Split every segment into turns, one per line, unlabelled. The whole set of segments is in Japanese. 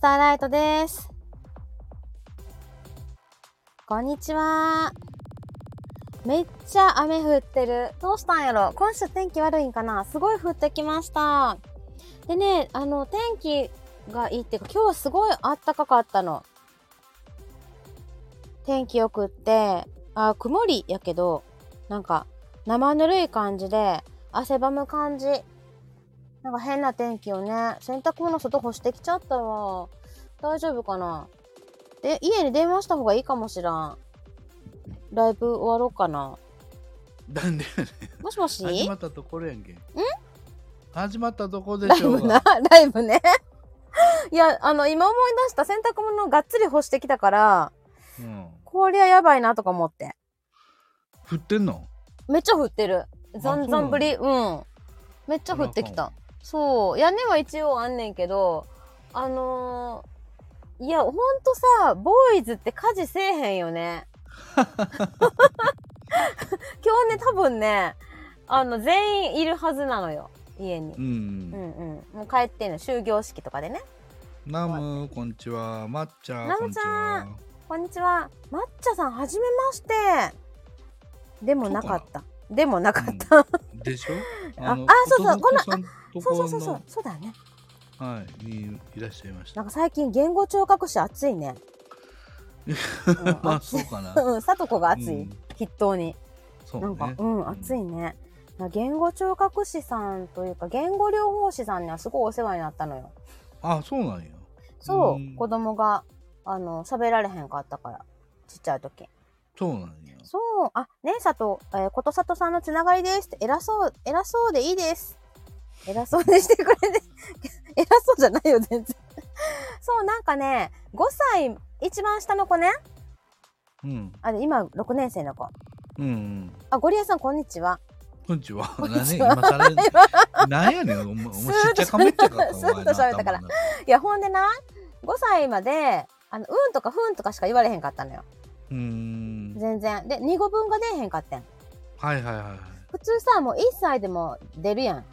ターライトです。こんにちは。めっちゃ雨降ってる。どうしたんやろ今週天気悪いんかなすごい降ってきました。でね、あの、天気がいいっていうか、今日はすごいあったかかったの。天気よくって、あ、曇りやけど、なんか、生ぬるい感じで、汗ばむ感じ。なんか変な天気よね。洗濯物外干してきちゃったわ。大丈夫かなで、家に電話した方がいいかもしらん。ライブ終わろうかな。
なんでやね
もしもし
ん始まったところやんけん始まったとこで
ライ
しょ
ブ
う
な
が、
ライブね。いや、あの、今思い出した洗濯物がっつり干してきたから、
うん、
こりゃやばいなとか思って。
振ってんの
めっちゃ降ってる。ざんざんぶり。
あ
うん。めっちゃ降ってきた。そう。屋根は一応あんねんけど、あのー、いや、ほんとさ、ボーイズって家事せえへんよ ね。今日ね、多分ね、あの、全員いるはずなのよ。家に
う。ん
うんうん。もう帰ってんの。終業式とかでね。
ナムこんにちはまっちゃ
ナ
こ
ム
ん
ち
にち
ゃ
は
こんにちは。抹茶さん、はじめまして。でもなかった。でもなかった。
でしょ
ああそうそうこの
の
そう そ
そう
そ
うそう
そ
うそうう。
そうだよね。
はいにいらっしゃいまし
な
た
んか最近言語聴覚士熱い ね。うん
まあ
熱
そ
いう
かな
うん、さとこが熱
う
い
ん。
筆頭に。
そう
なんか
ね、
うん、熱いね。な言語聴覚士さんというか、言語療法士さんにはすごいお世話になったのよ。
あそうなんや
そうう、
ん
子供が、あの、喋られへんかったから。ちっちゃい時。
そうなんや
そう、あ、ねえ、佐藤、えーことさとさんのつながりですって。偉そう、偉そうでいいです。偉そうでしてくれて。偉そうじゃないよ、全然。そう、なんかね、5歳、一番下の子ね。
うん
あの、今、6年生の子。
うんうん
あ、ゴリアさん、こんにちは。
こんにちは。
んに
何
ちは
今さ らなんやねん。お前お
スー
前
ッ
し
と
っちゃかめっちゃかった。
スーッと喋ったからいや、ほんでな、5歳まで、あの、うんとかふんとかしか言われへんかったのよ。
うーん。
全然。で、2語分が出えへんかってん。
はいはいはいはい。
普通さ、もう1歳でも出るやん。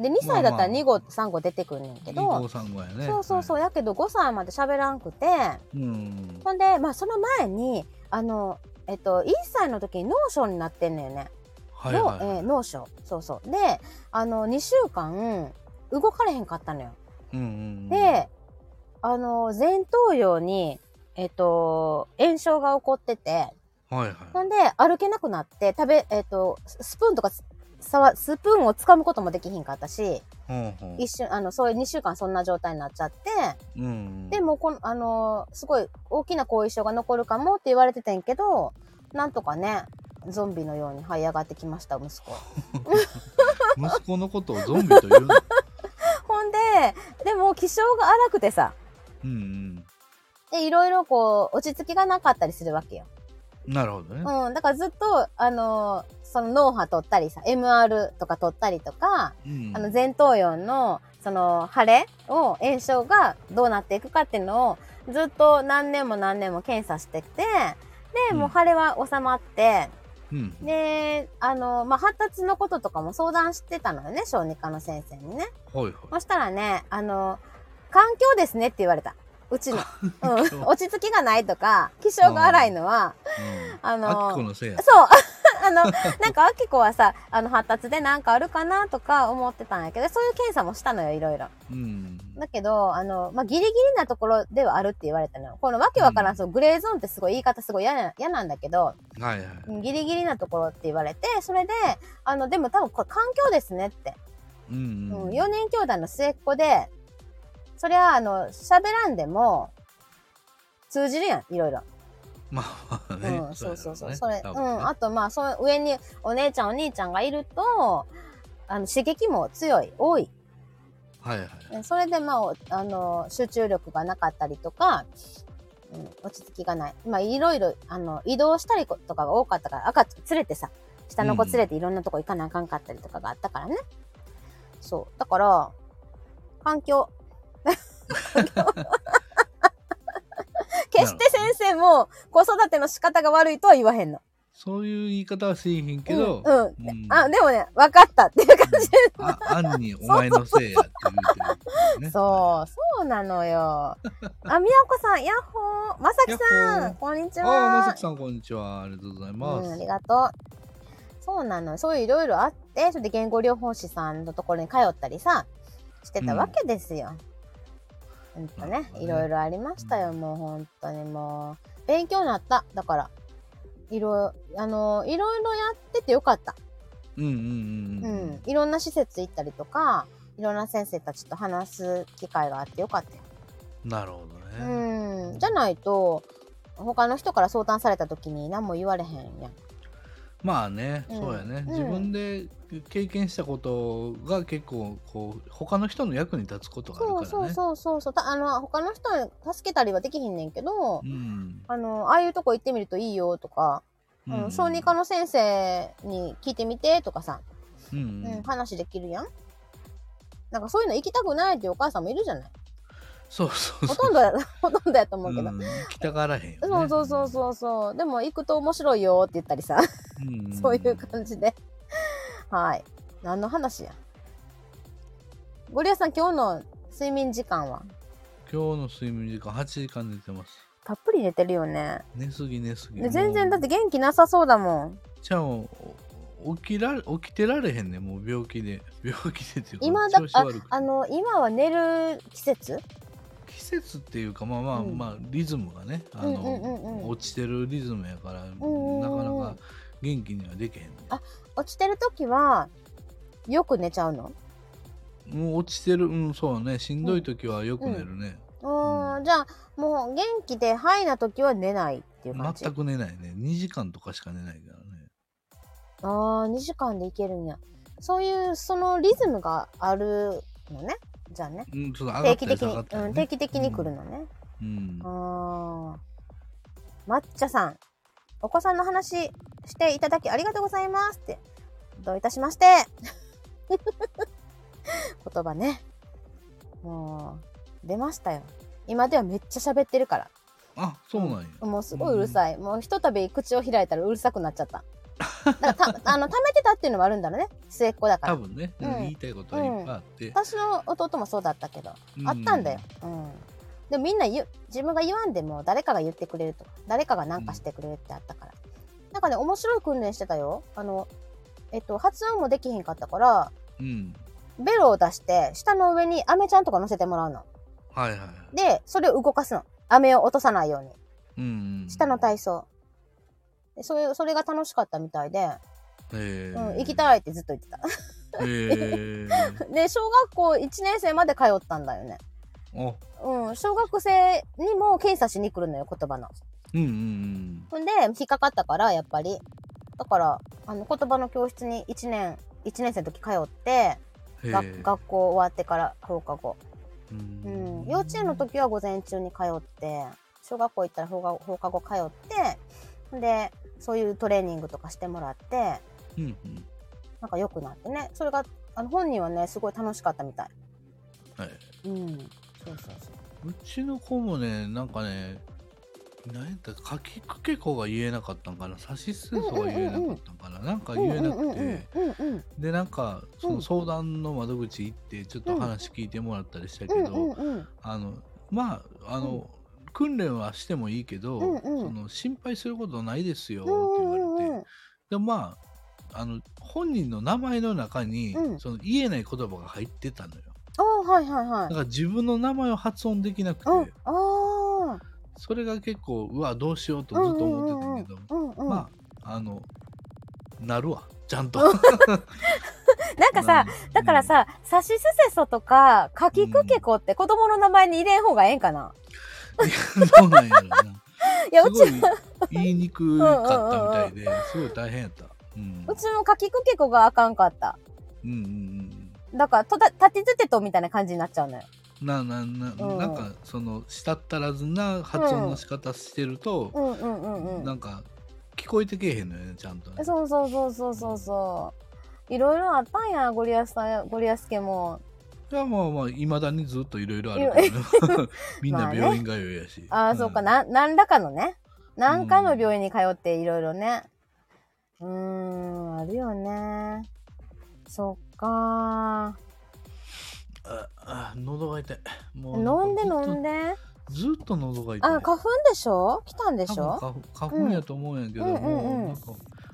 で、2歳だった
まあ
ら
まあ
2語、3語出てくんねんけ
二
ど、
号三号やね。
そうそうそう、
はい
やけど5歳まで喋らんくて、
うん。
ほんで、まあ、その前に、あの、えっと、1歳の時に脳症になってんのよね。
はいはい
脳えー
は
脳症。そうそう。で、あの、2週間、動かれへんかったのよ。
い。うんうん。
で、あの、前頭葉に、えっと、炎症が起こってて、
はいはい。
ほんで、歩けなくなって、食べ、えっと、ススプーンとかつ、さわスプーンを掴むこともできひんかったし、
ほうほう
一瞬、あの、そういう2週間そんな状態になっちゃって、
うんうん。
で、もうこの、あの、すごい大きな後遺症が残るかもって言われててんけど、なんとかね、ゾンビのように這い上がってきました、息子。
息子のことをゾンビと いうの。
ほんで、でも気性が荒くてさ、
うん
で、いろいろこう、落ち着きがなかったりするわけよ。
うん。なるほどね。
うん、だからずっと、あのーその脳波取ったりさ、MR とか取ったりとか、
うん
あの前頭葉の、その腫れを、炎症がどうなっていくかっていうのを、ずっと何年も何年も検査してきて、で、
うん
もう腫れは収まって、
うん。
で、あのーまあ、発達のこととかも相談してたのよね、小児科の先生にね。
はいはい。
そしたらね、あのー環境ですねって言われた。うちの。う
境
ん。落ち着きがないとか、気性が荒いのは、
うん
あのー
あきこのせいや。
そう。 あの、なんか、あきこはさ、あの、発達でなんかあるかなとか思ってたんやけど、そういう検査もしたのよ、いろいろ。
うん。
だけど、あの、まあ、ギリギリなところではあるって言われたのよ。このわけわからん、
うん
そのグレーゾーンってすごい言い方すごい嫌な嫌なんだけど、
はいはい。
ギリギリなところって言われて、それで、あの、でも多分これ環境ですねって。
うん
うん、
うん。
4人兄弟の末っ子で、そりゃ、あの、喋らんでも、通じるやん、いろいろ。
まあまあね
う。ん、そうそうそう、
や
そ
ろ
れ、
ね多
う
分ね
ん、あとまあ、その上にお姉ちゃんお兄ちゃんがいると、あの刺激も強い、多い。
はいはい。
それでまあ、おあの、集中力がなかったりとか、うん、落ち着きがない。まあ、いろいろ、あの、移動したりことかが多かったから、赤連れてさ、下の子連れていろんなとこ行かなあかんかったりとかがあったからね。そう。だから、環 境。決して先生も子育ての仕方が悪いとは言わへんの。
そういう言い方はせえへんけ
う、
ど
ん、うん
うん
あ、でもね、分かったっていう感じ。
あ、あんにお前のせいやって言うてる。ね
そう、そうなのよ。 あ、みやこさん、やっほー。まさき
や
さ
っほ
ん、
ー
こんにち
あ
は。
あ、まさきさん、こんにちは。ありがとうございま
う
す。
ん、ありがとう。そうなの。そういういろいろあって、それで言語療法士さんのところに通ったりさ、してたわけですよ。ほんと
なる
ね
ほ、どね
いろいろありましたよ、もうほんとにもう。勉強になった。だから、いろ、あの、いろいろやっててよかった。
うんうんうん
う
うん
ん。いろんな施設行ったりとか、いろんな先生たちと話す機会があってよかったよ。
なるほどね。
うん。じゃないと、他の人から相談された時に何も言われへんやん。
まあね、
うん
そうやね
う。ん
自分で経験したことが結構こう他の人の役に立つことがあるから
そう
ね。
そうそうそうそうたあの他の人に助けたりはできひんねんけど、
うん。
あのああいうとこ行ってみるといいよとか、あの小児科
の、
の先生に聞いてみてとかさ、
うん
うん
うん、
話できるやんなんかそういうの行きたくないっていうお母さんもいるじ ゃない
そうそうそ
ほ
う。
とんどや ほとんどやと思うけど、
うん、来たがらへんよ、ね。
そうそうそうそうそうでも行くと面白いよって言ったりさ、
うんんん。
そういう感じではい何の話やゴリアさん今日の睡眠時間は
今日の睡眠時間8時間寝てます。
たっぷり寝てるよね
寝すぎ寝すぎ。
で全然だって
て。
元気なさそうだもん
ちゃん起きられ起きてられへんねもう病気で病気でっていうか
今だ
調子
あ
悪くて
あの今は寝る季節
季節っていうかまあまあ、
うん
まあリズムがねあ
うんうんうんうん
の落ちてるリズムやから、
うん
なかなか元気にはできへん、ね、
あ落ちてる時はよく寝ちゃうの
もう落ちてるうんそうねしんどい時はよく寝るね、
あー、じゃあもう元気でハイな時は寝ないっていう感じ
全く寝ないね2時間とかしか寝ないからね
あー2時間でいけるんやそういうそのリズムがあるのねじゃあね
うんちょっと上が
定
っ
期
た
的
り下
に、
がった
う
り、
ん、
ね
定期的に来るのね、
うん
ああー抹茶さんお子さんの話していただきありがとうございますってどういたしまして 言葉ねもう出ましたよ今ではめっちゃ喋ってるから
あそうなんや、
もうすごいうるさい、もうひとたび口を開いたらうるさくなっちゃ っただからたあの溜めてたっていうのもあるんだろうね末っ子だか
多
ら
分ね、
うん
言いたいことはいっぱいあって、
私の弟もそうだったけど
う
あったんだよ。うん。でもみんな言う自分が言わんでも誰かが言ってくれるとか、誰かが何かしてくれるってあったから。なんかね、面白い訓練してたよ。あの、えっと、発音もできひんかったから、
うん
ベロを出して、下の上に飴ちゃんとか乗せてもらうの。
はいはいはい
で、それを動かすの。飴を落とさないように。
うんうん
下の体操。でそれ、それが楽しかったみたいで、
え
うん、行き
い
たいってずっと言ってた。
えー、
で、小学校1年生まで通ったんだよね。
あ
うん、小学生にも検査しに来るのよ、言葉の。
うんうんうん
ほんで、引っかかったから、やっぱり。だから、あの、言葉の教室に1年、1年生の時通って、
へ
が
ー
学校終わってから放課後。
う
うん。幼稚園の時は午前中に通って、小学校行ったら放課放課後通って、ほんで、そういうトレーニングとかしてもらって、
うんうん
なんか良くなってね。それが、あの、本人はね、すごい楽しかったみたい。
はい、
うん。そうそうそう。
うちの子もねなんかね何やったかきくけこが言えなかったんかなさしすそが言えなかったんかな、なんか言えなくて、
うんうんうんうん
でなんかそうの
ん
相談の窓口行ってちょっと話聞いてもらったりしたけ
う
ど、
んうんうん
あのまああの、訓練はしてもいいけど、
うんうん
その心配することないですよって
うん
言われて、
うんうん
でまああの本人の名前の中に、
うん
その言えない言葉が入ってたのよ
ああはいはいは
だ
い
から自分の名前を発音できなくて、
うんああ
それが結構うわどうしようとずっと思ってたんやけど、
うんうん、
まああのなるわちゃんと
なんかさ、だから、さ、さしすせそとか、かきくけこって子供の名前に入れん方がええんかな。
うんいやそうなんや ろない
や、う
す
ち、
ごい言いにくかったみたいですごい大変やった、うん、
うちもかきくけこがあかんかった。
うんうんうん
だから、とた、立てずてとみたいな感じになっちゃうのよ。
ななな,、
うん
なんかそのしたったらずな発音の仕方してると
う、んうんうんう。
なんんか聞こえてけえへんのよねちゃんとね
そうそうそうそうそうそう。いろいろあったんや、ゴリアスさん、ゴリアスケも。
いやまあまあいまだにずっといろいろあるけどね みん
まあ
な
ね
病院通いやし、
ああ、
ん
そうか、な、何らかのね。何かの病院に通っていろいろね。うーん、あるよね。そっかー。
あああ喉が痛いもう
飲んで飲ん
で
で。
ずっと喉が痛い
あ、花粉でしょ来たんでし
多
ょ
分花粉花粉やと思うんやけど、
うん
も
うんうん
うなんか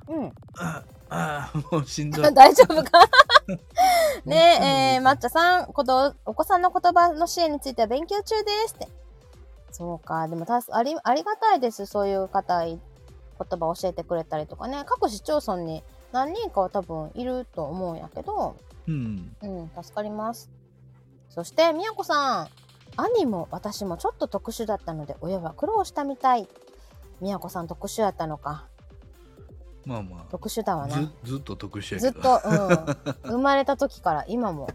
うん。
ああもうしんど い
大丈夫 かねえ、えー、
ま
抹茶さん、このお子さんの言葉の支援については勉強中ですって。そうか、でもたすありありがたいです、そういう方い、言葉を教えてくれたりとかね、各市町村に何人かは多分いると思うんやけど、
うん
うん、助かります。そして、みやこさん。兄も私もちょっと特殊だったので、親は苦労したみたい。みやこさん特殊やったのか。
まあまあ
特殊だわな。
ずずっと特殊や
ず
け
っ
ど
と、うん、生まれた時から今も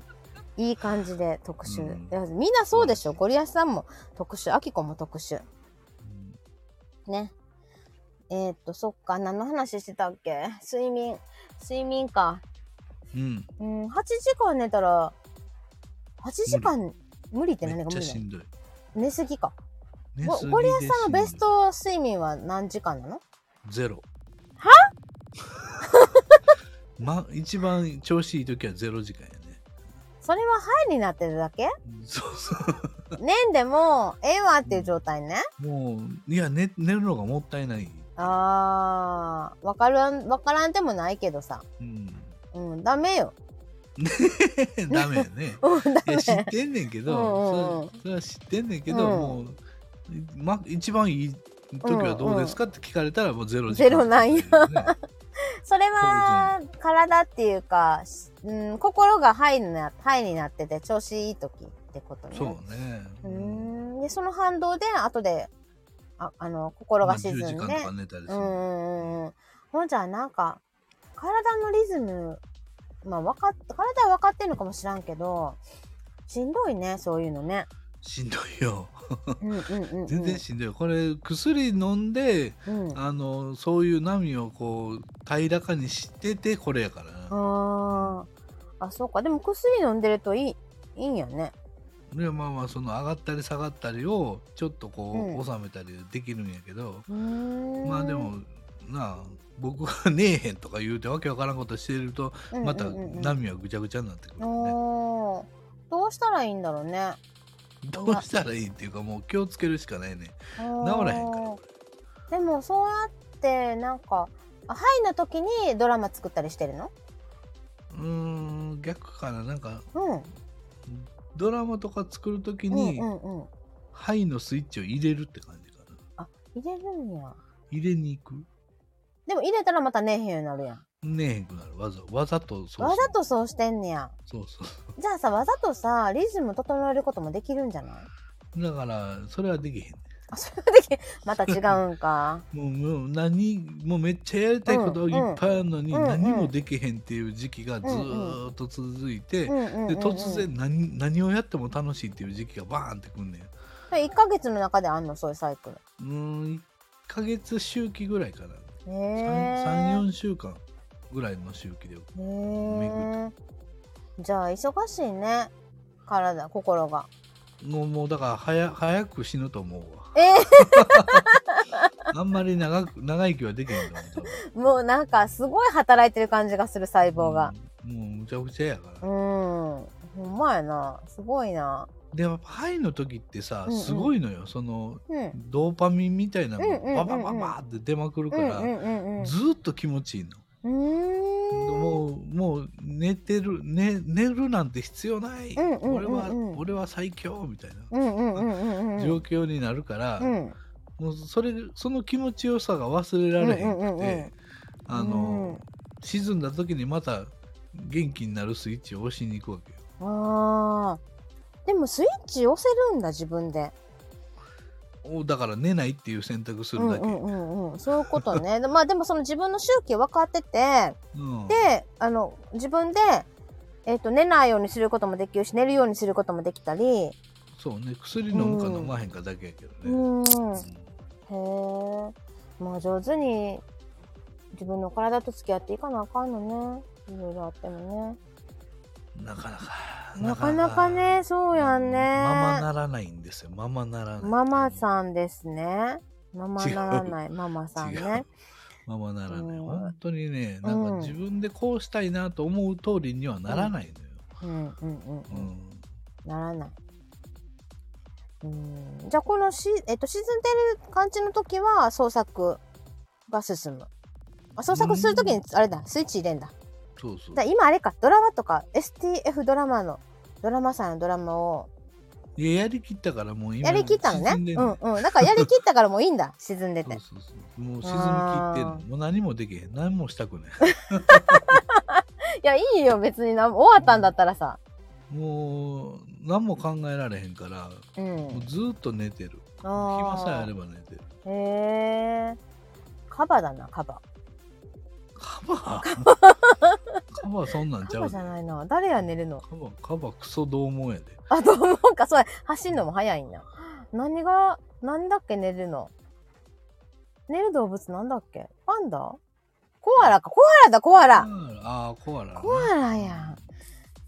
いい感じで特殊、
うん
いやみんなそうでしょゴリアスさんも特殊あきこも特殊
うん
ねえー、っとそっか何の話してたっけ睡眠睡眠か
うん
うん8時間寝たら8時間無理って
め
何
っ
が
ち
無
ゃ
理
し
なの
んどい
寝すぎか
寝
ゴ
すぎ
ゴリアス
でし
さんの
んどい
ベスト睡眠は何時間なの
ゼロは ま一番調子いい時はゼロ時間やね
それはハイになってるだけ
そうそ
寝んでもええわっていう状態ね、
うもういや寝寝るのがもったいない
あー、わからん、わからんでもないけどさ。
うん
うん、ダメよ。
ダメやね
うん、ダ
い
メ
や。知ってんねんけど
うんうんうん
それそれは知ってんねんけ
う
ど、
ん
もう、ま、一番いい時はどうですかって聞かれたらもうゼロ時
ゼ
間
ロなんや
ってことだよね
それは、体っていうか、しうん、心がハイにな、ハイになってて調子いい時ってこと ね。
そうね
うーん。で、その反動で、後で、ああの、心
まあ
が沈ん
10時
で。
間とか寝たりす
う
る、
ん。ほんじゃ、なんか、体のリズム、まあ、わかっ、体は分かってんのかもしらんけど、しんどいね、そういうの ね。
しんどいよ
うんうんうん、うん。
全然しんどいこれ薬飲んで
うん。
あのそういう波をこう平らかにしててこれやからな、
あーあそうかでも薬飲んでるといいいいんやね
でまあまあその上がったり下がったりをちょっとこ
う
うん収めたりできるんやけど、
ま
まあでもなあ僕がねえへんとか言うてわけわからんことしてるとまた波はぐちゃぐちゃになってくるよね、
おーどうしたらいいんだろうね
どうしたらいいっていうかもう気をつけるしかないね
治
治らへんからこ
でもそうやってなんかあハイの時にドラマ作ったりしてるの
れうーん逆かななんか
うん
ドラマとか作る時
うん
に
うんうん
肺のスイッチを入れるって感じかな
入れるんや
入れに行く
でも入れたらまたねえへんようになるやん
ねえへんくなるわざわざとそうする
わざとそうしてんねや
そうそう
じゃあさわざとさリズム整えることもできるんじゃない
だからそれはできへん
あそれはできまた違うんか
もうもう何もうめっちゃやりたいこと
う
い
んうん
っぱいあるのに
うんうん
何もできへんっていう時期がずーっと続いて、
うんうんうんうん
で突然何何をやっても楽しいっていう時期がバーンってくんねんう
それ1ヶ月の中であんのそういうサイクル。
ーん1ヶ月周期ぐらいかな
へ
34週間ぐらいの周期で
え。へえ。じゃあ忙しいね。体、心が。
もうもうだから早早く死ぬと思うわ
え
あんまり長く長生きはできへんと思う多分
ー、もうなんかすごい働いてる感じがする細胞が。
うんもうむちゃくちゃやか
う
ら、
ん。ほんまやな。すごいな。
でもハイの時ってさ
うんうん
すごいのよ、その
うん。
ドーパミンみたいなの
うんうんうんうん
がババババって出まくる
う
か
ん
ら、
うんうんうん。
ずーっと気持ちいいの。
うーん。
もうもう寝てる、ね、寝るなんて必要ない、
うんうんうんうん
俺は俺は最強みたい
うんうんうんうんうん。
な状況になるから、
うん。
もうそれその気持ちよさが忘れられへんく
う
て、
んうんうんうん
あの、沈んだ時にまた元気になるスイッチを押しに行くわけよ。
ああ。でもスイッチ押せるんだ自分で。
おだから寝ないっていう選択す
う
る
ん
だけ。
うんうんうん。そういうことね。まあでもその自分の周期分かってて。
うん
であの自分で、えっと寝ないようにすることもできるし寝るようにすることもできたり
そうね薬飲むか飲まへんかだけやけど
う
ね。
んへ
う
えまあ上手に自分の体と付き合っていかなあかんのねいろいろあっても
んなかなか
ねなかなかねそうやんね
ママならないんですよママならない
ママさんですねママならないママさん
違
ね
うママならない、
うん
本当にねなんか
うん
自分でこうしたいなと思う通りにはならないのよ、
うんうんうん
うん
ならない。うんじゃあこのし、えっと、沈んでる感じの時は創作が進む。あ創作する時にあれだスイッチ入れんだ。
そうそう
だから今あれかドラマとか STF ドラマのドラマさんのドラマを
いややりきったからもう今
やりきったのね
沈んで
う
んの
んうんだからやりきったからもういいん だ沈んで
そう
て
そうそうもう沈みきってんの
あー
もう何もできへん何もしたくない
いやいいよ別にな終わったんだったらさ
もう何も考えられへんから
う
もうんずーっと寝てる
あー
暇さえあれば寝てる
へえカバだなカバ
カ バーカバーそんなんち
カ
ゃう
バ
で
じゃないな誰や寝るの
カバーカバークソどう思うやで
あと思うかそうや走るのも早いんや何がなんだっけ寝るの寝る動物なんだっけパンダコアラかコアラだコアラ
ああーコアラな
コアラやん。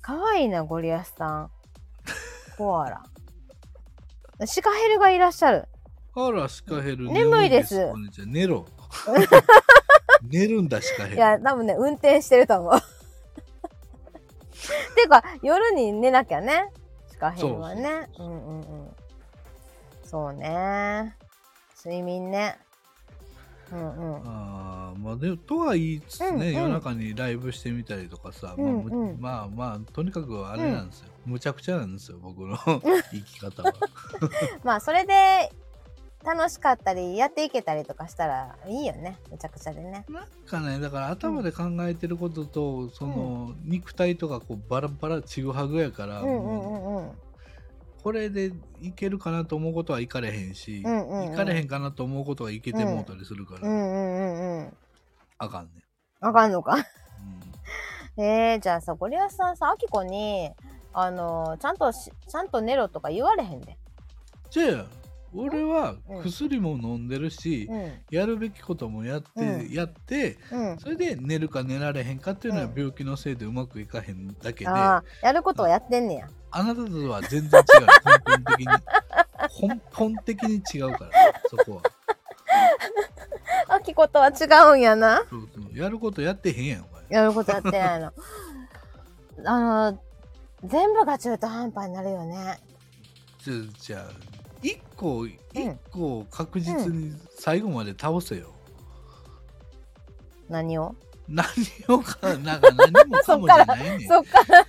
かわいいな、ゴリアスさん。コアラ。シカヘルがいらっしゃる。
コアラシカヘル
眠いです
眠お姉ちゃん 寝ろ寝るんだシカヘル
いや、多分ね、運転してると思う。 ていうか、夜に寝なきゃね。シカヘルはね。う
そ
んうんうん。そうね。睡眠ね。うんうん。
あーまあでもとは言いつつね、
うんうん
夜中にライブしてみたりとかさ、
うんうん
まあむ、まあまあとにかくあれなんですよ、むちゃくちゃなんですよ僕 の生き方は
まあ、それで、楽しかったり、やっていけたりとかしたらいいよね。めちゃくちゃでね。
なんかねだから頭で考えてることと、その肉体とかこうバラバラちぐはぐやから、
うんう
もうん
うんうん。
これでいけるかなと思うことはいかれへんし、
うんうんうん
いかれへんかなと思うことはいけてもうたりするから、
うんうんうんうん。
あかんね、
あかんのか。
うん
えー、じゃあさ、ゴリアスさんさ、アキコに、あのーちゃんとし、ちゃんと寝ろとか言われへんで。
じゃあ俺は
うん
薬も飲んでるし、
うん。
やるべきこともやって、
うん
やって
うん。
それで寝るか寝られへんかっていうのは
うん
病気のせいでうまくいかへんだけで、
あ
あ
あ、やることはやってんねや。
なたとは全然違う 根本的に根本的に違うからそこは
アキコとは違うんやな。
そうそうやることやってへんやんお前
やることやってないの。 あのー全部が中途半端になるよね。
じゃあじゃあ一個一個確実に最後まで倒せよ、
何を
何をかなんか何もかもじゃないね ん
そっから。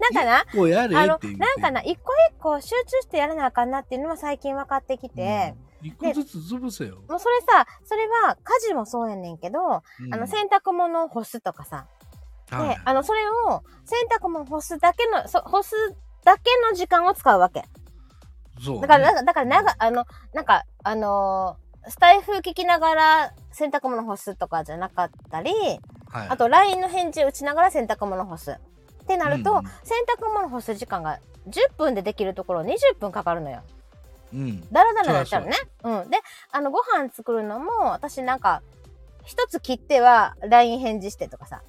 なんかな、
一個やれ
あの
っていう、
なんかな、一個一個集中してやらなあかんなっていうのも最近分かってきて、
うん一個ずつ潰せよ、
もうそれさ、それは家事もそうやねんけど、あの洗濯物を干すとかさ、
で
で、あの、それを洗濯物干すだけの、そ干すだけの時間を使うわけ。
そうね
だから、だから、長、あの、なんか、あのースタイフ聞きながら洗濯物干すとかじゃなかったり、
はい
あと LINE の返事打ちながら洗濯物干す。ってなると、
うんうん
洗濯物干す時間が10分でできるところ20分かかるのよ。
うん
だらだらなっちゃうのね。うん。で、あの、ご飯作るのも、私なんか、一つ切っては LINE 返事してとかさ。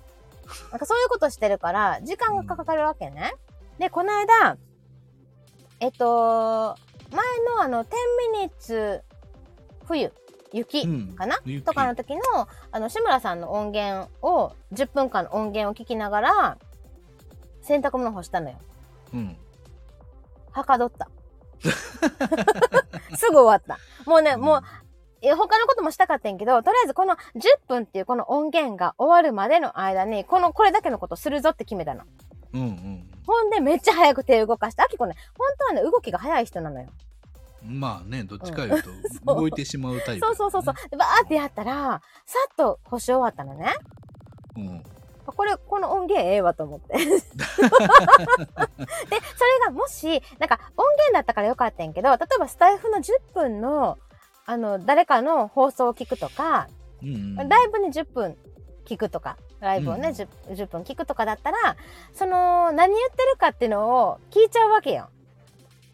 なんかそういうことしてるから、時間がかかるわけね。で、この間、えっと、前のあの、10ミニッツ冬、雪
うん
かな、
雪
とかの時の、あの、志村さんの音源を、10分間の音源を聞きながら、洗濯物干したのよ。
うん
はかど った。すぐ終わった。もうね、もう、え他のこともしたかったんやけど、とりあえずこの10分っていうこの音源が終わるまでの間に、この、これだけのことするぞって決めたの。
うんうん
ほんで、めっちゃ早く手動かして、あきこね、本当はね、動きが早い人なのよ。
うんまあねどっちかいうと
そう
動いてしまうタイプ
そうそうそうそう。でバーってやったら、さっと星終わったのね。
うん
あこれ、この音源ええわと思って。で、それがもし、なんか音源だったからよかったんやけど、例えばスタイフの10分の、あの、誰かの放送を聞くとか、
うんうん
ライブに10分聞くとか、ライブをね、
うん
10, 10分聞くとかだったら、その、何言ってるかっていうのを聞いちゃうわけよ。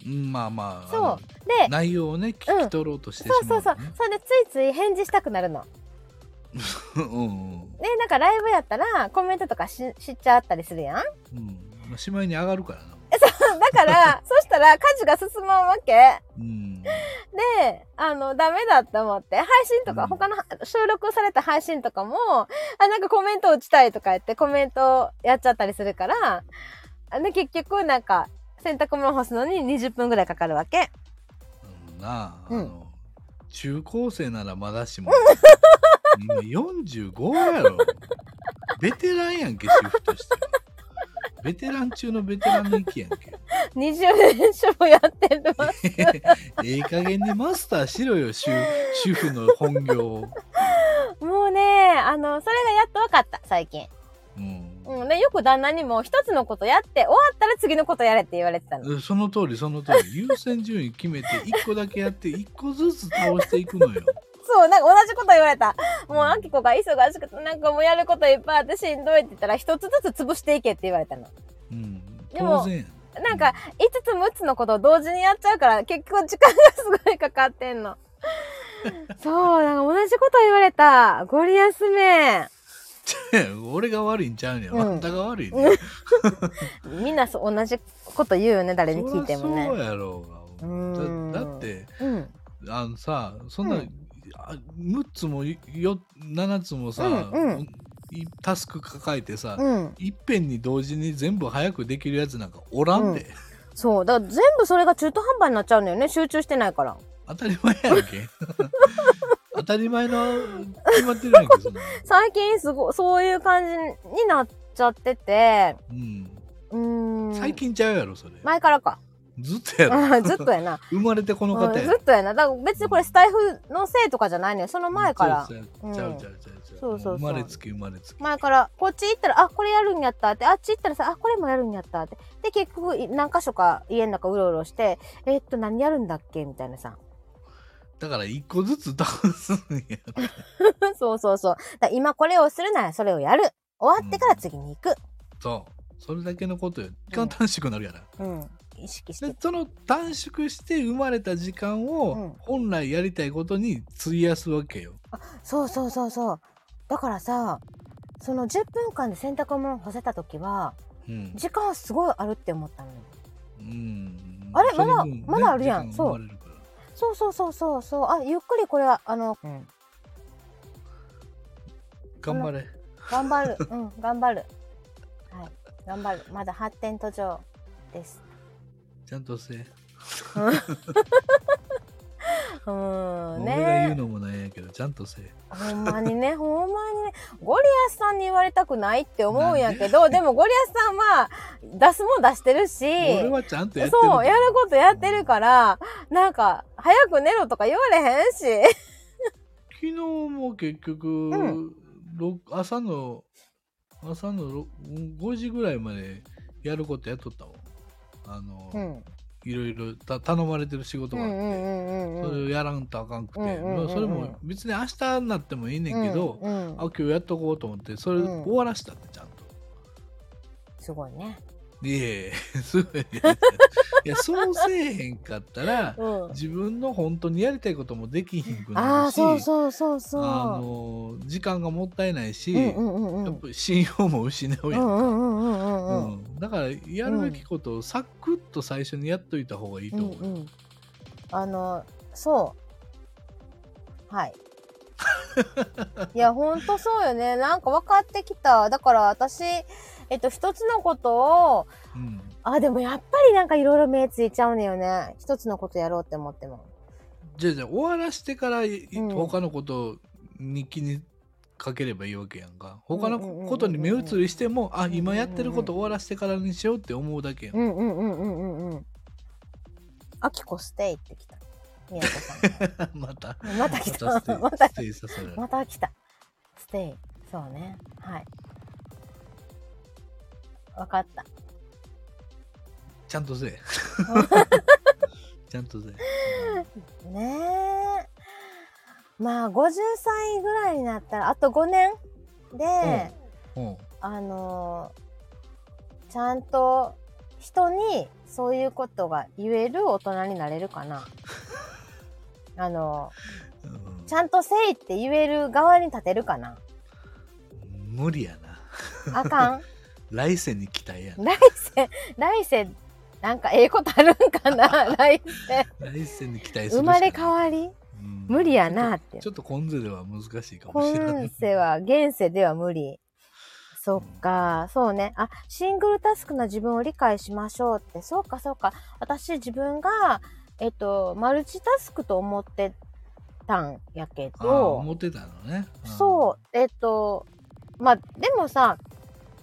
うんまあまあ
そう
あの
で、
内容をね聞き取ろうとしてし
そう
ま
そううそう
のね。
それでついつい返事したくなるの。
うんうん
で、なんかライブやったらコメントとかししちゃったりするやん。
うんまあしまいに上がるからな
だか ら、そしたら家事が進まんわけ。
うん
で、あの、ダメだって思って、配信とか、
うん
他の収録された配信とかも、あ、なんかコメント打ちたいとか言ってコメントやっちゃったりするから、あで結局なんか、洗濯物干すのに20分ぐらいかかるわけ。
うんなあ、
うん
あの中高生ならま だしも今45やろベテランやんけ主婦としてベテラン中のベテランの域やんけ
20年主婦やって るわ。
ええ加減にマスターしろよ主主婦の本業を、
もうね、あの、それがやっとわかった、最近。
うん
うん。で、よく旦那にも一つのことやって、終わったら次のことやれって言われてたの。
うんその通りその通り優先順位決めて1個だけやって1個ずつ倒していくのよ
そう、なんか同じこと言われた。もう、あきこが忙しくて、なんかもうやることいっぱいあってしんどいって言ったら、一つずつ潰していけって言われたの。
うん
でも
当然
なんか、5つ6つのことを同時にやっちゃうから、結局時間がすごいかかってんの。そう、なんか同じこと言われた。ゴリアスめ。
俺が悪いんちゃうねん、
うん
あんたが悪いね
みんなそう同じこと言うよね、誰に聞いても
そりゃ
ね。
そうやろう
う
が
ん
だだって
うん。
あのさそんな、
う
あ6つもよ7つもさ、
うんうん
いタスク抱えてさ、
うん。
いっぺんに同時に全部早くできるやつなんかおらんで、
そう。だから全部それが中途半端になっちゃうんだよね。集中してないから。
当たり前やんけ 当たり前の決まってるやんけそんなの
最近すご、そういう感じになっちゃってて、
うん
うーん。
最近ちゃうやろそれ、
前から か。
ずっとや
う
ろ
んずっとやな。
生まれてこの
う
方
ん
や
ずっとやな。だから別にこれスタイフのせいとかじゃないのよ。その前から
ち。ゃう
うん
ちゃうちゃうちゃうちゃう
そうそうそう
生まれつき生まれつき
前から、こっち行ったら、あ、これやるんやったって、あっち行ったらさ、あ、これもやるんやったって。で、結局、い何箇所か家の中うろうろして、えーっと、何やるんだっけみたいなさ。
だから一個ずつ倒すんや
そうそうそう。だから今これをするならそれをやる。終わってから次に行く。
そうそれだけのことよ時間短縮になるやな、
うん。意識して
で。その短縮して生まれた時間
うん
を本来やりたいことに費やすわけよ、
そうそうそうそう。だからさ、その10分間で洗濯物干せた時は、
うん
時間すごいあるって思ったのよ。
うん、
あれ
その分
まだまだあるやん
時間が生まれるから
そうそうそうそうそう。あ、ゆっくりこれは、あの、
頑張れ
頑張 る。うん、頑張る。はい。頑張る。まだ発展途上です。
ちゃんとせえ、
うーん
俺が言う
ね。
のもなんやけどちゃんとせえ
ほんまにね、ほんまにね。ゴリアスさんに言われたくないって思うんやけど、でもゴリアスさんは出すもん出してるし、
俺はちゃんとやってる
そう、やることやってるから、なんか、早く寝ろとか言われへんし。
昨日も結局、
ん
ろ朝の朝のろ5時ぐらいまでやることやっとったわあの、
うん。
いろいろた頼まれてる仕事
うん
が
う
あって、
んうんうん。
それをやらんとあかんくて、
うんうんうんうん
まあそれも別に明日になってもいいねんけど、
うんうん
あ今日やっとこうと思ってそれ
うん
終わらしたってちゃんと。
すごいね。
いえいえ すごいねいやそうせえへんかったら
うん。
自分の本当にやりたいこともできひんくな
ああ、
るし
そうそうそうそう。
あの時間がもったいないし、
うんうんうんう
や
ん
っ。ぱ信用も失う
う
や
ん
ん
うんう
か、
んうんうんうん。
うんだからやるべきことをサクッと最初にやっといた方がいいと
うん
思う、
うん、あのそうはいいやほんとそうよねなんか分かってきただから私えっと一つのことを
うん
あでもやっぱりなんかいろいろ目ついちゃうのよね一つのことやろうって思っても
じゃあじゃあ終わらしてからい
うん
他のことに気にかければいいわけやんか
うん
他のことに目移りしても、あ
ん
今やってること終わらしてからにしようって思うだけやん、
うんうんうんうんうんうんあきこステイってきたみやこさんか
また
らまた来た
ステイ
また
ステイさせられる
また来た。ステイ。そうね。はい。わかった。
ちゃん とせえちゃんとせえ
ねえ。まあ、50歳ぐらいになったら、あと5年で、
うん
あのーちゃんと人にそういうことが言える大人になれるかな。あの
うん
ーちゃんとせいって言える側に立てるかな。
無理やな
あかん。
来世に期待やな
来世、来世、なんかええことあるんかな来世。
来世に期待するしか
生まれ変わり
ないうん
無理やなって
ちょっと今世では難しいかもしれない
今世は現世では無理そっか、そうね。あ、シングルタスクな自分を理解しましょうって、そうかそうか。私自分が、えっと、マルチタスクと思ってたんやけ
あー
ど、
思ってたのね。
そう、えっと、まあ、でもさ、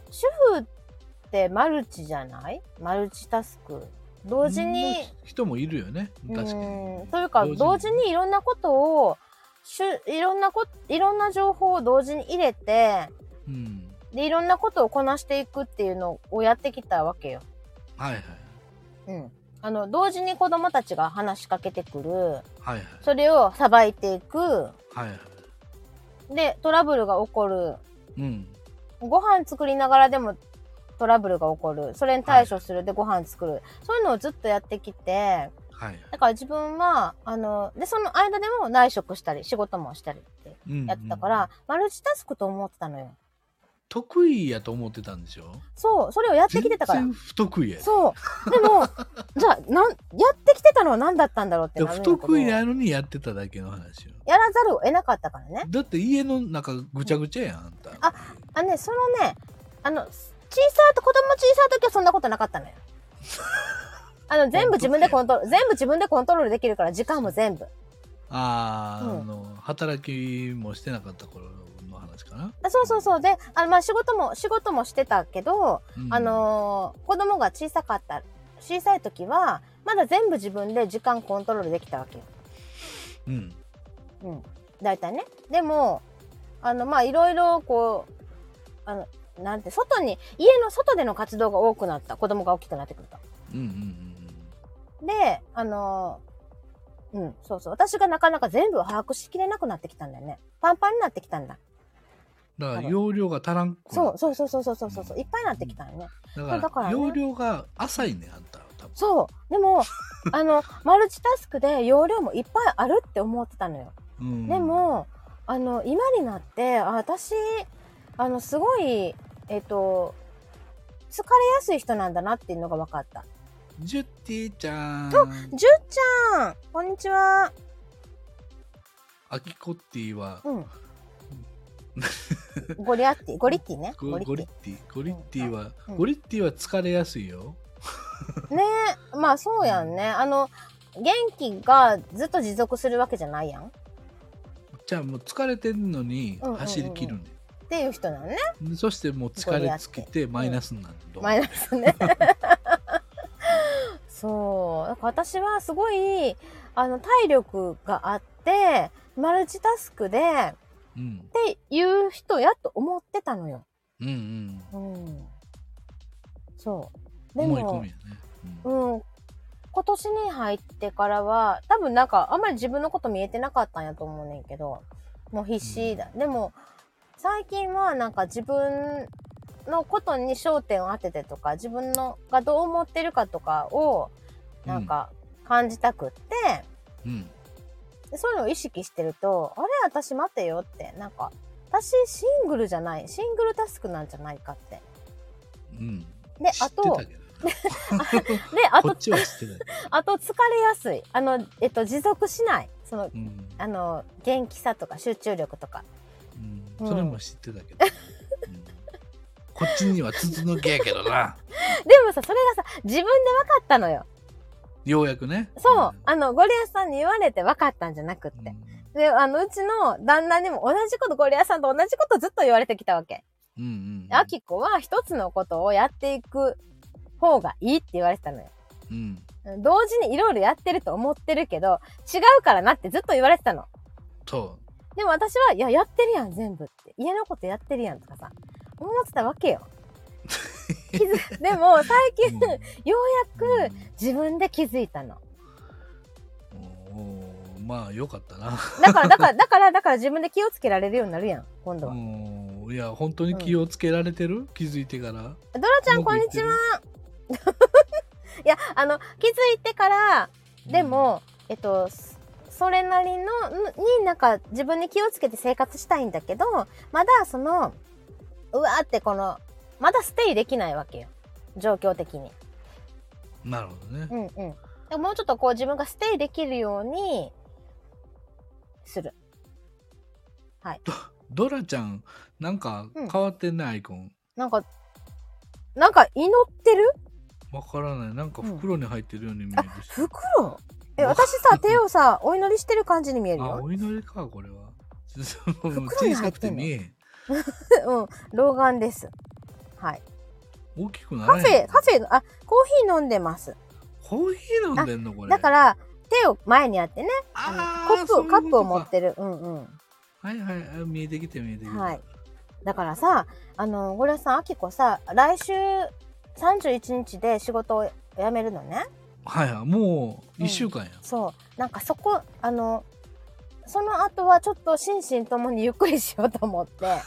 主婦ってマルチじゃないマルチタスク。
うん
同時に、
の人もいるよね。確
う
かに
ん。というか同時にいろんなことをしゅいろんなこいろんな情報を同時に入れて
うん。
でいろんなことをこなしていくっていうのをやってきたわけよ。
はいはい。
うん、あの同時に子供たちが話しかけてくる
はいはい。
それをさばいていく
はいはい。
でトラブルが起こる
うん。
ご飯作りながらでもトラブルが起こるそれに対処するでご飯作るそういうのをずっとやってきて
はいはい。
だから自分はあのでその間でも内職したり仕事もしたりって
うん
やってたから、マルチタスクと思ってたのよ。
得意やと思ってたんでしょ
そう、それをやってきてたから
全。然不得意やで
そう。でも、 じゃあ、なん、やってきてたのは何だったんだろうって
で
なるん
不
やけど
得意なのにやってただけの話よ
やらざるを得なかったからね。
だって家の中ぐちゃぐちゃやんあんた
ああのね、そのね、あの、小さいと、子供小さい時はそんなことなかったのよ。あ の、全部自分でコントロール、全部自分でコントロールできるから、時間も全部。
あー、
うん
あの働きもしてなかった頃の話かな、
あそうそうそう。で、あの、まあ、仕事も、仕事もしてたけど、
うん
あのー子供が小さかった、小さい時は、まだ全部自分で時間コントロールできたわけよ。
うん
うん、大体ね。でも、あの、まあ、いろいろ、こう、あの、なんて、外に、家の外での活動が多くなった。子供が大きくなってくると。
うんうん
で、あの、うん、そうそう。私がなかなか全部を把握しきれなくなってきたんだよね。パンパンになってきたんだ。
うんだか
あ
ら
の
容量が足らんく
そうそう
う
そうそうそうそうそう。いっぱいになってきたんよね。
だから
だからね
容量が浅いねあんたは多分
そう。で も、あの、マルチタスクで容量もいっぱいあるって思ってたのよ。
うん
でも、あの、今になって、あ私、あの、すごい、えっ、と、疲れやすい人なんだなっていうのが分かった。
ジュッティちゃん
じゅっちゃんこんにちは
アキコッティは
うん。ゴリアッティ、ゴリッティね。
ゴ
ゴリ
ゴ
ッ
リ
テ
ッティゴリッティは、
うん
ゴリッティは疲れやすいよ
ィ。ねえ、まあそうやんね。あの、元気がずっと持続するわけじゃないやんっ
じゃあもう疲れてんのに
うんうんうんうん
走り切るね、
ていう人なのね。
でそしてもう疲れつきてマイナスになるの、
マイナスね。 そう。なんか私はすごい、あの、体力があって、マルチタスクで、っ
うん
ていう人やと思ってたのよ。
うんうん
うん。そう。で
思い込
も
み、やね、うん
うん。今年に入ってからは、多分なんか、あんまり自分のこと見えてなかったんやと思うねんけど、もう必死だ。でも、最近はなんか自分のことに焦点を当ててとか、自分のがどう思ってるかとかを、なんか感じたくって、
うん
でそういうのを意識してると、あれ私待てよって、なんか、私シングルじゃない、シングルタスクなんじゃないかって。
うん
で、
知
あ
って
と
た、けどな
で、あ
ことっ、ちは知ってない、
あと疲れやすい。あの、えっと、持続しない。その、
うん
あの元気さとか集中力とか
うん、それも知ってたけど、うんこっちには筒抜けやけどな
でもさそれがさ自分で分かったのよ
ようやくね
そうあのゴリアスさんに言われて分かったんじゃなくっ
うん
てであのうちの旦那にも同じことゴリアスさんと同じことずっと言われてきたわけ
うんうん
あきこは一つのことをやっていく方がいいって言われてたのよ
うん
同時にいろいろやってると思ってるけど違うからなってずっと言われてたの
そ
でも私はいややってるやん全部って家のことやってるやんとかさ思ってたわけ よ気づでも最
う、
近、ようやく自分で気づいたの。
うんおーまあよかったな
だから、だ から、だから、だから自分で気をつけられるようになるやん、今度は。
うんいや本当に気をつけられてる、気づいてから
ドラちゃん、こんにちは。いや、あの、気づいてから、でも、えっと、そそれなりの、んになんか自分に気をつけて生活したいんだけど、まだその、うわーってこの、まだステイできないわけよ。状況的に。
なるほどね
う。んうん。でもうちょっとこう自分がステイできるように、する。
ドラちゃん、なんか
うん
変わってんね、アイコン。
なんか、なんか祈ってる
わからない。なんか袋に入ってるように見えるし。
袋え、私さ、手をさ、お祈りしてる感じに見える
あ、
よ。
お祈りか、これは。その
袋に
小
入
さ
っ
く
て
て
んの
見えん。
うん、老眼です。はい。
大きくなら
カ
へん
フェ、カフェの、あ、コーヒー飲んでます。
コーヒー飲んでんのこれ。
だから、手を前にやってね、
あ
あ
ー
のコップを、カップを持。
そういうこと
っ
か
てる。うんうん。
はいはいあ、見えてきて見えてきて。
はい。だからさ、あの、ゴリラさん、アキコさ、来週31日で仕事を辞めるのね。
はいはい、もう
うん
一週間や。
そう。なんかそこ、あの、その後はちょっと心身ともにゆっくりしようと思 って。で、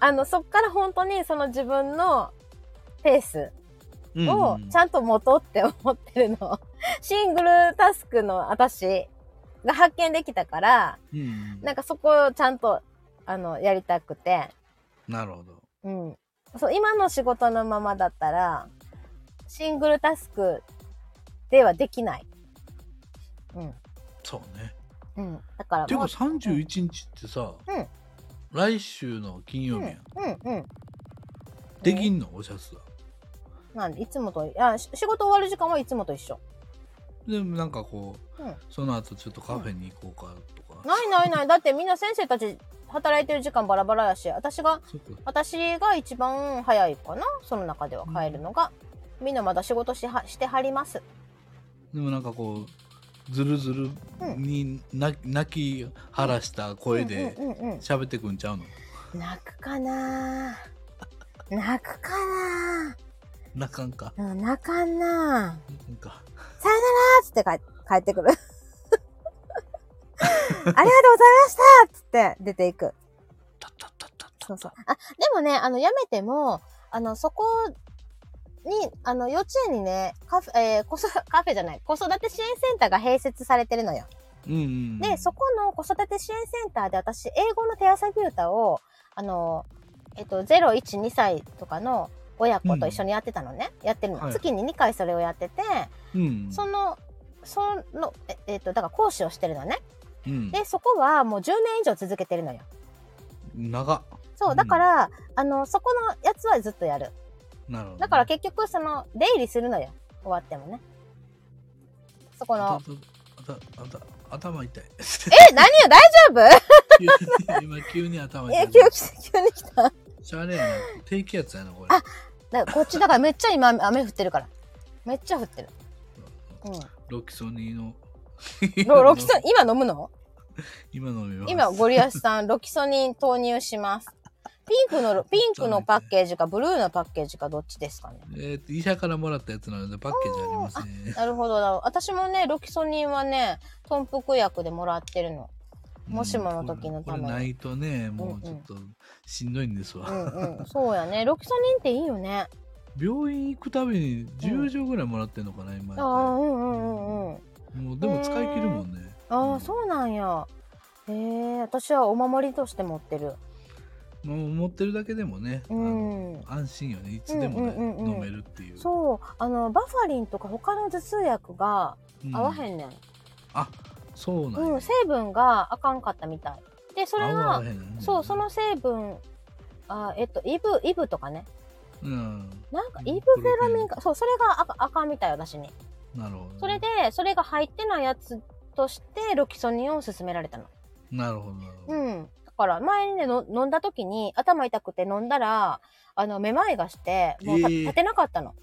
あの、そっから本当にその自分のペース
うん
をちゃんと持とうって思ってるの。シングルタスクの私が発見できたから、
うん
なんかそこをちゃんと、あの、やりたくて。
なるほど。
うん。そう、今の仕事のままだったら、シングルタスクではできない。うん。
そうね。
うん。だから
ていう
もう
か、三十一日ってさ、
うん
来週の金曜日やん。
うんうん。
できんのおシャツは。
なんで、いつもと、あ、し仕事終わる時間はいつもと一緒。
でもなんかこう、
うん
その後ちょっとカフェに行こうかとか。
ないないない。だってみんな先生たち働いてる時間バラバラやし、私が、
そっか
私が一番早いかな。その中では帰るのが。みんなまだ仕事しは、してはります。
でもなんかこうずるずるにな泣き晴らした声で
うんうんうんうん。
喋ってくんちゃうの
泣くかな泣くかな
泣かんか
うん、泣かんな
泣かんか
さよならーっつって帰帰ってくる。 ありがとうございましたっつって出ていく。
たったったったった
そうそう。あ、でもね、あの、やめても、あの、そこに、あの、幼稚園にね、カフェ、えー子育 カフェじゃない、子育て支援センターが併設されてるのよ。
うんうん
で、そこの子育て支援センターで私、英語の手遊び歌を、あの、えっと、0、1、2歳とかの親子と一緒にやってたのね。やってるの、
はい
月に2回それをやってて、
うん
その、その、ええっと、だから講師をしてるのね。
うん
で、そこはもう10年以上続けてるのよ。
長っ
そうう、
ん
だから、あの、そこのやつはずっとやる。
なるほど
だから結局、その、出入りするのよ。終わってもね。そこの
あ、たあたあた頭痛い
え、何よ、大丈
急に今急に頭
夫
痛
え
い、
急に、急に来た。
しゃあねえな低気圧やなこれ
あだからこっち、だからめっちゃ 今、雨降ってるから。めっちゃ降ってる。 うん。
ロキソニンの
ロロキソン、今飲むの
今飲みます
今、ゴリアスさん、ロキソニン投入します。ピンク の、ピンクのパッケージか、ブルーのパッケージか、どっちですかね。
えーと医者からもらったやつなのでパッケージありますね
なるほどだろう。私もね、ロキソニンはね、豚腹薬でもらってるの。もしもの時のために
これないとねも
ん
うちょっとしんどいんですわ、
うんう ん。そうやね。ロキソニンっていいよね。
病院行くたびに10錠ぐらいもらってんのかな、今
ああ、うんうんうんうん。
もうでも使い切るもんね
あ
う
あ、
ん
そうなんや。へえ、私はお守りとして持ってる。
もう持ってるだけでもね、あ
う
の
ん。
安心よねいつでもね、
うんうんうんうん
飲めるっていう
そう、あの、バファリンとか他の頭痛薬が
うん
合わへんねん。
あそうなんや、
うん、成分があかんかったみたい。で、それ
合わ
が、
へんね
そう、そ、の成分、あえっと、イブ、イブとかね。
うん、
なんか、
うん
イブフェラミンか、そう、それがあかあかんみたい、私に。
なるほど
それで、それが入ってないやつとして、ロキソニンを勧められたの。
なるほどなるほど、
うん。だから、前にね、の飲んだ時に、頭痛くて飲んだら、あの、めまいがして、もうた
えー
立てなかったの。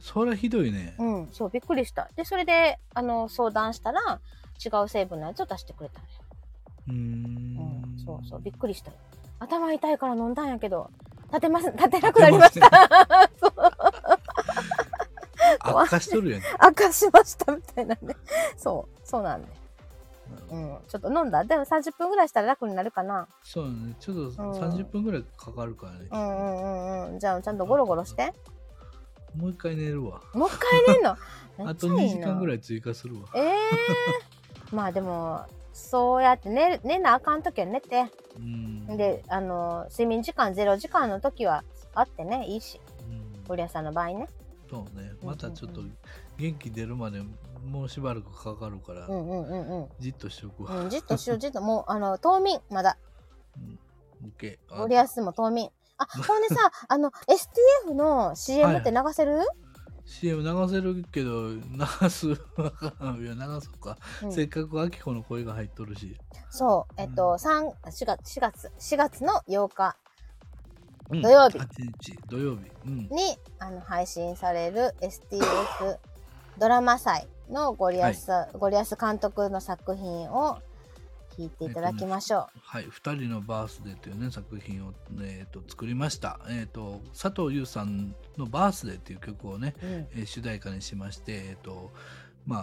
それひどいね、
うん、そう、びっくりした。で、それで、あの、相談したら、違う成分のやつを出してくれたね。
うー
うん
ん、
そうそう、びっくりした。頭痛いから飲んだんやけど、立てます、立てなくなりました。
悪化しとるやん、
悪化しました、みたいなね。 そう、そうなんだよ。
なるほ
う
ど
ん、ちょっと飲んだ。でも30分ぐらいしたら楽になるかな。
そうだねちょっと30分ぐらいかかるからね、
うんうんうんうん。じゃあ、ちゃんとゴロゴロして。
もう一回寝るわ
もう一回寝んの
あと2時間ぐ
い。
らい追加するわ
ええー。 まあでも、そうやって寝る、寝なあかんときは寝て。
うん
で、あの、睡眠時間0時間の時はあってね、いいし、
うん
ゴリラさんの場合ね。
そうね
うん
またちょっと
うん
元気出るまでもうしばらくかかるから、
うんうんうん
じっとしとくわ、
うん。うん、じっとしよう、じっと。もう、あの、冬眠、まだ。
うん、OK
ゴリラスも冬眠。あ、ほんでさ、あの、STF の CM って流せる、
CM 流せるけど流すいや流そうか、
うん
せっかくあきこの声が入っとるし
そう、えっ
う
と、三4月、4月、4月の8日
うん
土曜日
8日土曜日うん
に、あの、配信される STF ドラマ祭のゴリアス、ゴリアス監督の作品を聞いていただきましょう。
はい「二人のバースデー」というね作品を、ねえーと作りました、えー、と佐藤優さんの「バースデー」っていう曲をね、
うん
えー主題歌にしまして、えーとまあ、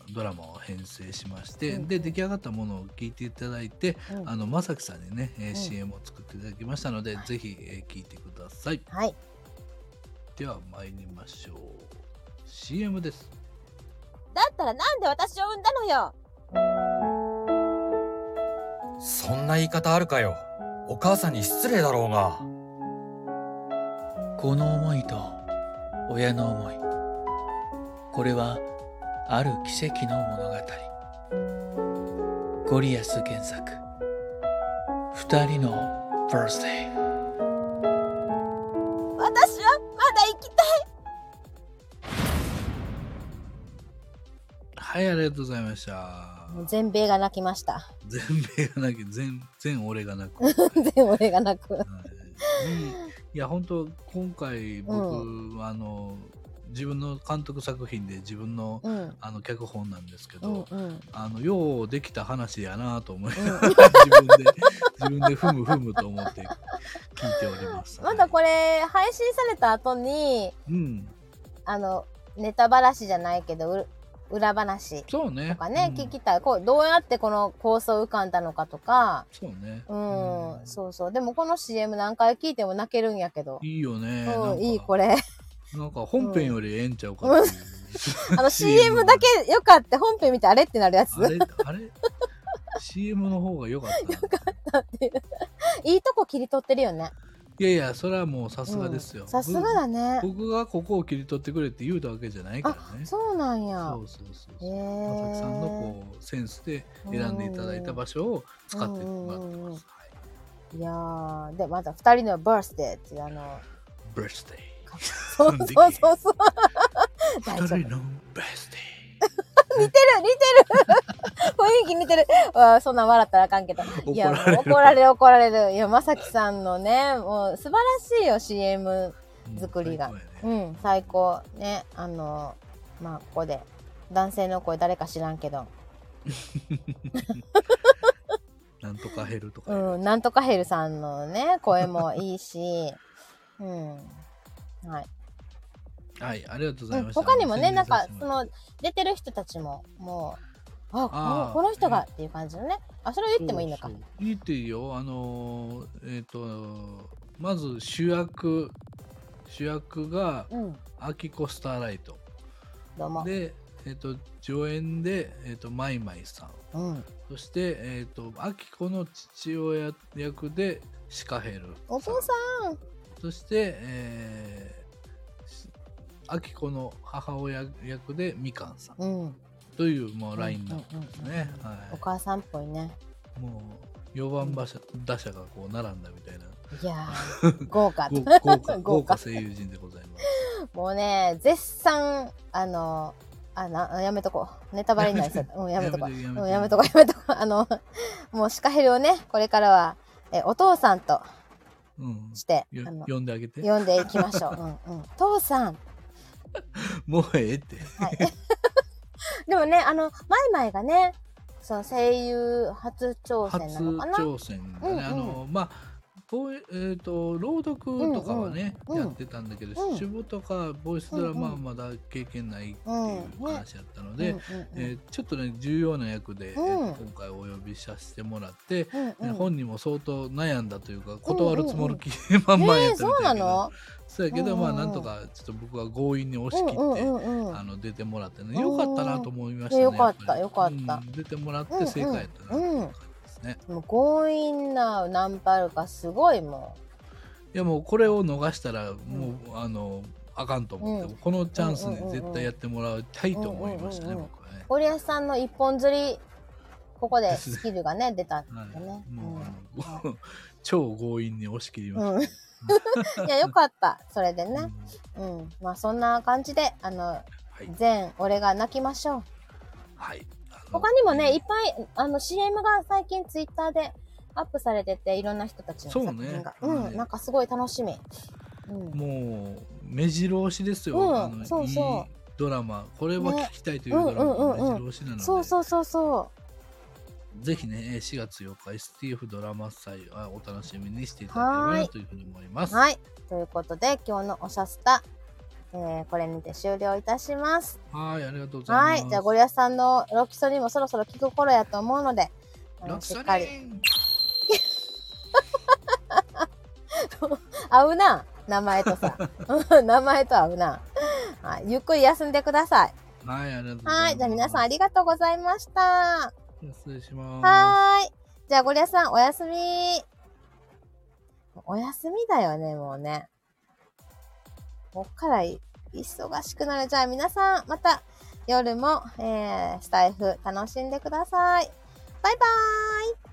あードラマを編成しまして、
うん
で出来上がったものを聞いていただいて、
うん
あの正樹さんにね、えー
ん
CM を作っていただきましたので、ぜひ、えー聞いてください
はい。
では参りましょう CM です
だったらなんで私を産んだのよ
そんな言い方あるかよ。お母さんに失礼だろうが。
この思いと親の思いこれはある奇跡の物語ゴリアス原作二人のバースデー
私はまだ生きた
はいありがとうございました
い全米が泣きました。
全米がなき全全俺がなく
全俺が泣く。
はいうんいや本当今回僕、あの自分の監督作品で自分の
うん。
あの脚本なんですけ
う
ど、
んうん。
あのようできた話やなと思い、
うん
自分で自分でふむふむと思って聞いておりま す。
まだこ
れ、
れ、配信された後に、
うん、
あの、ネタ話じゃないけど、う裏話
そうね
とかね、
うん
聞きたい。こう、どうやってこの構想浮かんだのかとか、
そうね、
うん、そうそう。でもこの CM 何回聞いても泣けるんやけど。
いいよねな
うんん、
か
いいこ れ。
なんか本編よりええんちゃうかっていう、
あ の CM だけよかった。本編見てあれってなるやつ。
あれあれ CM の方が良かったな
いいとこ切り取ってるよね。
いやいやそれはもうさすがですよ、
うんさすがだね。
僕がここを切り取ってくれって言うたわけじゃないからね。そ
そうなんや。
うそうそう
へ
そう。
え。
まさきさんのこうセンスで選んでいただいた場所を使ってもらって
うんうんうんうん
ます。はい。
いやー、で、また二人のバースデーっていうあの、
バースデ
そうそうそう そう。大
ー。
丈夫似てる
二人のバースデ
似てる雰囲気似てる。 わあそんなん笑ったらあかんけど。いや、
怒られる
もう怒られる怒られる。いや、まさきさんのね、もう素晴らしいよ、CM。
ー。うん
作りが
最高
う
やね
ん、最高。ね、あの、まあ、ここで。男性の声誰か知らんけど。
なんとか減るとかいう。
うん、なんとかヘルさんのね、声もいいし。 うん。はい。
はい、ありがとうござ
う
い
ん、
ました。
他にもね
宣
な
伝
んか
させて
そ
もらっ
の出てる人たちももうあ
あー
このこの人が
ね
っていう感じのねあそれを
て
言ってもいいのか
そうそう言っていいよ。あのー、えっと、まず主役、主役が
うん
アキコスターライト。
どうも
で、えっと助演で、えっとマイマイさん
うん
そして、えっとアキコの父親役でシカヘル
お父さん
そして、えーしアキコの母親役でみかんさん
うん
というもうラインナップですね、
うんうんうんうんお
は
母さんっぽいね
い、もう4番馬車打者がこう並んだみたいない
や ー豪華
豪豪華
豪
豪
華
華声優陣でございます
もうね絶賛あのあなあやめとこうネタバレになりそうだ うんやめとこう
やめ
うんやめとこうやめとこう あのもうシカヘルをねこれからはえお父さんと
う、うん、
して
よ
あの
呼んであげて
読んでいきましょ う、うんうん、父さん
もうええって
でもね、あの、マイマイがね、その声優初挑戦な
初
のかな。
挑戦だね、
うんうん
あのまあボイえー、と朗読とかはね、
うんうん
やってたんだけど、
うん
主語とかボイスドラマは
うん
まだ経験ないってい
うんね
う話やった
う
の
んう
で、
んうん
えーちょっとね重要な役で、えー
うん
今回お呼びさせてもらって、
うん
ね
うん
本人も相当悩んだというか断るつもりき 満々
ね
や
え
った
そ
み
う
た
ない
だけど、
の
そうやけど、
うんうん
ま
う
あ
ん
なんとかちょっと僕は強引に押
う
し
ん
切って。
うんうんうん
あの出てもらってねよかったなと思いましたね。
うんうん
やぱり
よかったよかった
うん出てもらって正解やったなっていう感じですね。
もう強引なナンパルがすごいも
いやもうこれを逃したらもう、あのあかんと思って、
うん
このチャンスね、
うんうんうんうん
絶対やってもらいたいと思いましたね、
うんうんうんうん
僕はね
う。ゴリアスさんの一本釣りここで スキルがね出たんだ
はい
ね、
もう、あの超強引に押し切りま
う ん、うん、いや、よかった。それで
うん
ね。うん。まあ、そんな感じで、あの、
はい。
全俺が泣きましょう。
はい。あの
他にもね、いっぱい、あの、CM が最近ツイッターでアップされてて、いろんな人たちの
そう
作
ね
品が。
うん
うん。なんかすごい楽しみ。うん。
もう目白押しですよ、
うん
あの
そうそう
いいドラマこれは
ね
聞きたいというドラマ
うんうん
が
うんうん
目白押しなので、
そうそうそうそ
ぜひねえー4月4日 STF ドラマ祭はお楽しみにしていただければ
はー
ないというふうに思いま
う。
すは
はい。ということで、今日のおしゃスタ、えー、これにて終了いたします。
ーいありがとうございます
はい。じゃあ、ゴリアスさんのロキソニンもそろそろ聞く頃やと思うので、あ
ロ
の
キ
し
ソ
っ
ニ
かり。
ン
合うな。名前と さ。うん名前と合うな。はい。ゆっくり休んでください。
はいありがとうございます
はい。じゃあ、皆さんありがとうございました。
失礼します
はーい。じゃあ、ゴリアスさん、おやすみ。お休みだよね、もうね。こっからい忙しくなる。じゃあ、皆さん、また夜も、えー、スタイフ楽しんでください。バイバーイ